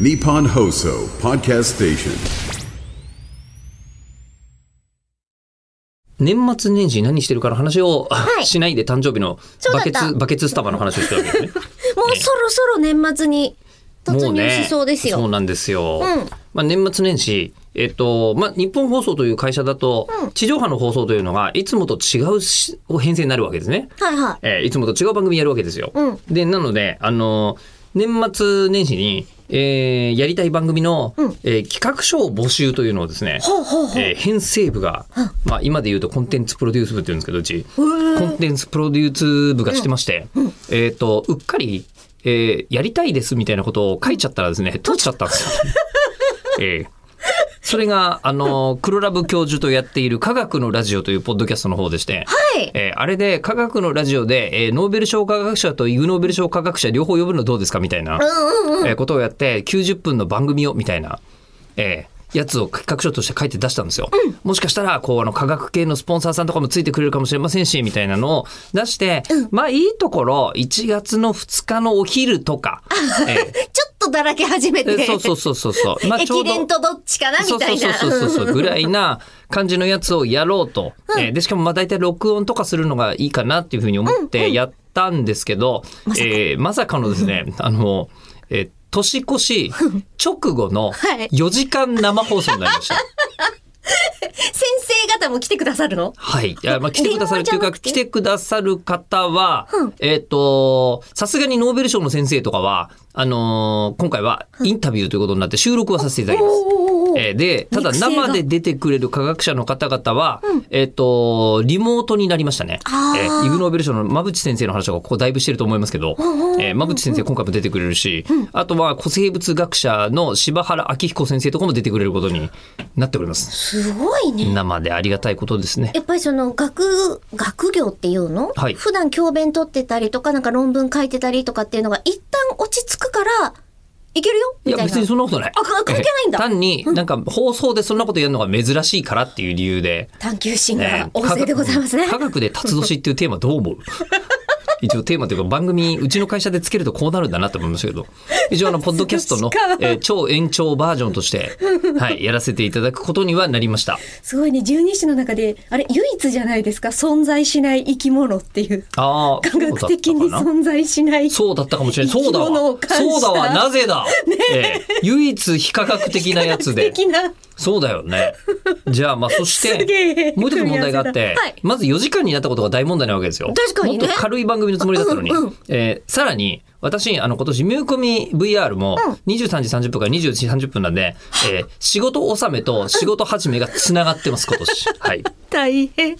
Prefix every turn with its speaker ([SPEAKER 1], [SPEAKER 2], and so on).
[SPEAKER 1] Nippon Hoso Podcast Station.
[SPEAKER 2] 年末年始何してるかの話を、
[SPEAKER 3] い
[SPEAKER 2] しないで誕生日の
[SPEAKER 3] そうだ
[SPEAKER 2] バ
[SPEAKER 3] っ
[SPEAKER 2] ケ
[SPEAKER 3] た
[SPEAKER 2] ツバケツスタバの話をしてるわけ ですね。
[SPEAKER 3] もうそろそろ年末に突入しそうですよ。
[SPEAKER 2] もうね、そうなんですよ。
[SPEAKER 3] うん
[SPEAKER 2] まあ年末年始、えっと、まあ日本放送という会社だと、地上波の放送というのがいつもと違うし編成になるわけですね。
[SPEAKER 3] はいはい。
[SPEAKER 2] えーいつもと違う番組やるわけですよ。
[SPEAKER 3] うん
[SPEAKER 2] で、なので、あの年末年始に、えーやりたい番組の、
[SPEAKER 3] うん
[SPEAKER 2] えー企画書を募集というのをですね、
[SPEAKER 3] ほうほうほう。
[SPEAKER 2] えー編成部が、まあ、今で言うとコンテンツプロデュース部って言うんですけどうちコンテンツプロデュース部がしてまして、えっとうっかり、えーやりたいですみたいなことを書いちゃったらですね通っちゃったんですよ。えーそれが、あの、黒ラブ教授とやっている科学のラジオというポッドキャストの方でして、
[SPEAKER 3] はい。
[SPEAKER 2] えーあれで科学のラジオで、えーノーベル賞科学者とイグノーベル賞科学者両方呼ぶのどうですかみたいな、えーことをやって90分の番組をみたいな、えーやつを企画書として書いて出したんですよ。もしかしたらこうあの科学系のスポンサーさんとかもついてくれるかもしれませんしみたいなのを出して、まあいいところ1月の2日のお昼と か、え
[SPEAKER 3] ちょっとだらけ始め
[SPEAKER 2] ーえ
[SPEAKER 3] て。
[SPEAKER 2] そうそうそうそう そう、まあ、
[SPEAKER 3] 駅伝とどっちかなみたいな。
[SPEAKER 2] そうそうそうそう
[SPEAKER 3] う
[SPEAKER 2] そうぐらいな感じのやつをやろうと、えーでしかもまあ大体録音とかするのがいいかなっていうふうに思ってやったんですけど、えーまさかのですねあの、えー年越し直後の
[SPEAKER 3] はい
[SPEAKER 2] 4時間生放送になりました。
[SPEAKER 3] ん先生方も来てくださるの
[SPEAKER 2] はい。いや、まあ、来てくださるという
[SPEAKER 3] 電
[SPEAKER 2] か、
[SPEAKER 3] 話じゃなくて
[SPEAKER 2] 来てくださる方は、
[SPEAKER 3] うん
[SPEAKER 2] えっ、と、さすがにノーベル賞の先生とかは、あのー今回はインタビューということになって収録はさせていただきます。
[SPEAKER 3] おー
[SPEAKER 2] えーで、ただ
[SPEAKER 3] 肉声が
[SPEAKER 2] 生で出てくれる科学者の方々は、えっ、と、リモートになりましたね。
[SPEAKER 3] あー
[SPEAKER 2] えーイグノーベル賞の馬淵先生の話がここだいぶしてると思いますけど、えー馬淵先生今回も出てくれるし、あとは古生物学者の柴原明彦先生とかも出てくれることになっております。
[SPEAKER 3] すごいね。
[SPEAKER 2] 生でありがたいことですね。
[SPEAKER 3] やっぱりその学、学業っていうの、
[SPEAKER 2] はい
[SPEAKER 3] 普段教鞭取ってたりとか、なんか論文書いてたりとかっていうのが一旦落ち着くから、いけるよ
[SPEAKER 2] い
[SPEAKER 3] み
[SPEAKER 2] や
[SPEAKER 3] たいな。
[SPEAKER 2] 別にそんなことない。
[SPEAKER 3] あか関係ないんだ
[SPEAKER 2] えー単になんか放送でそんなことやるのが珍しいからっていう理由で。
[SPEAKER 3] 探求心
[SPEAKER 2] え
[SPEAKER 3] が
[SPEAKER 2] ー
[SPEAKER 3] 旺盛でございますね。
[SPEAKER 2] 科学科学で辰年っていうテーマどう思う 一応テーマというか番組うちの会社でつけるとこうなるんだなと思いましたけど一応あのポッドキャストの
[SPEAKER 3] 確、か
[SPEAKER 2] えー超延長バージョンとして、はい、やらせていただくことにはなりました
[SPEAKER 3] すごいね、十二種の中で、あれ、唯一じゃないですか、存在しない生き物っていう。
[SPEAKER 2] ああ
[SPEAKER 3] 科学的に存在しない。
[SPEAKER 2] そうだったかもしれないそうだ
[SPEAKER 3] 生き物を
[SPEAKER 2] わ
[SPEAKER 3] 感謝
[SPEAKER 2] そうだわなぜ だ、えー唯一非科学的なやつで
[SPEAKER 3] 的な。
[SPEAKER 2] そうだよ ね。じゃあまあそし
[SPEAKER 3] すげ
[SPEAKER 2] て
[SPEAKER 3] え
[SPEAKER 2] もう一つ問題があっ
[SPEAKER 3] 組み
[SPEAKER 2] て、
[SPEAKER 3] 合わせだはい
[SPEAKER 2] まず4時間になったことが大問題なわけですよ。
[SPEAKER 3] 確かにね
[SPEAKER 2] もっと軽い番組のつもりだったのに、
[SPEAKER 3] うんうん
[SPEAKER 2] えーさらに私あの今年見込み VR も23時30分から24時30分なんで、えー仕事納めと仕事始めがつながってます今年。はい。
[SPEAKER 3] 大変。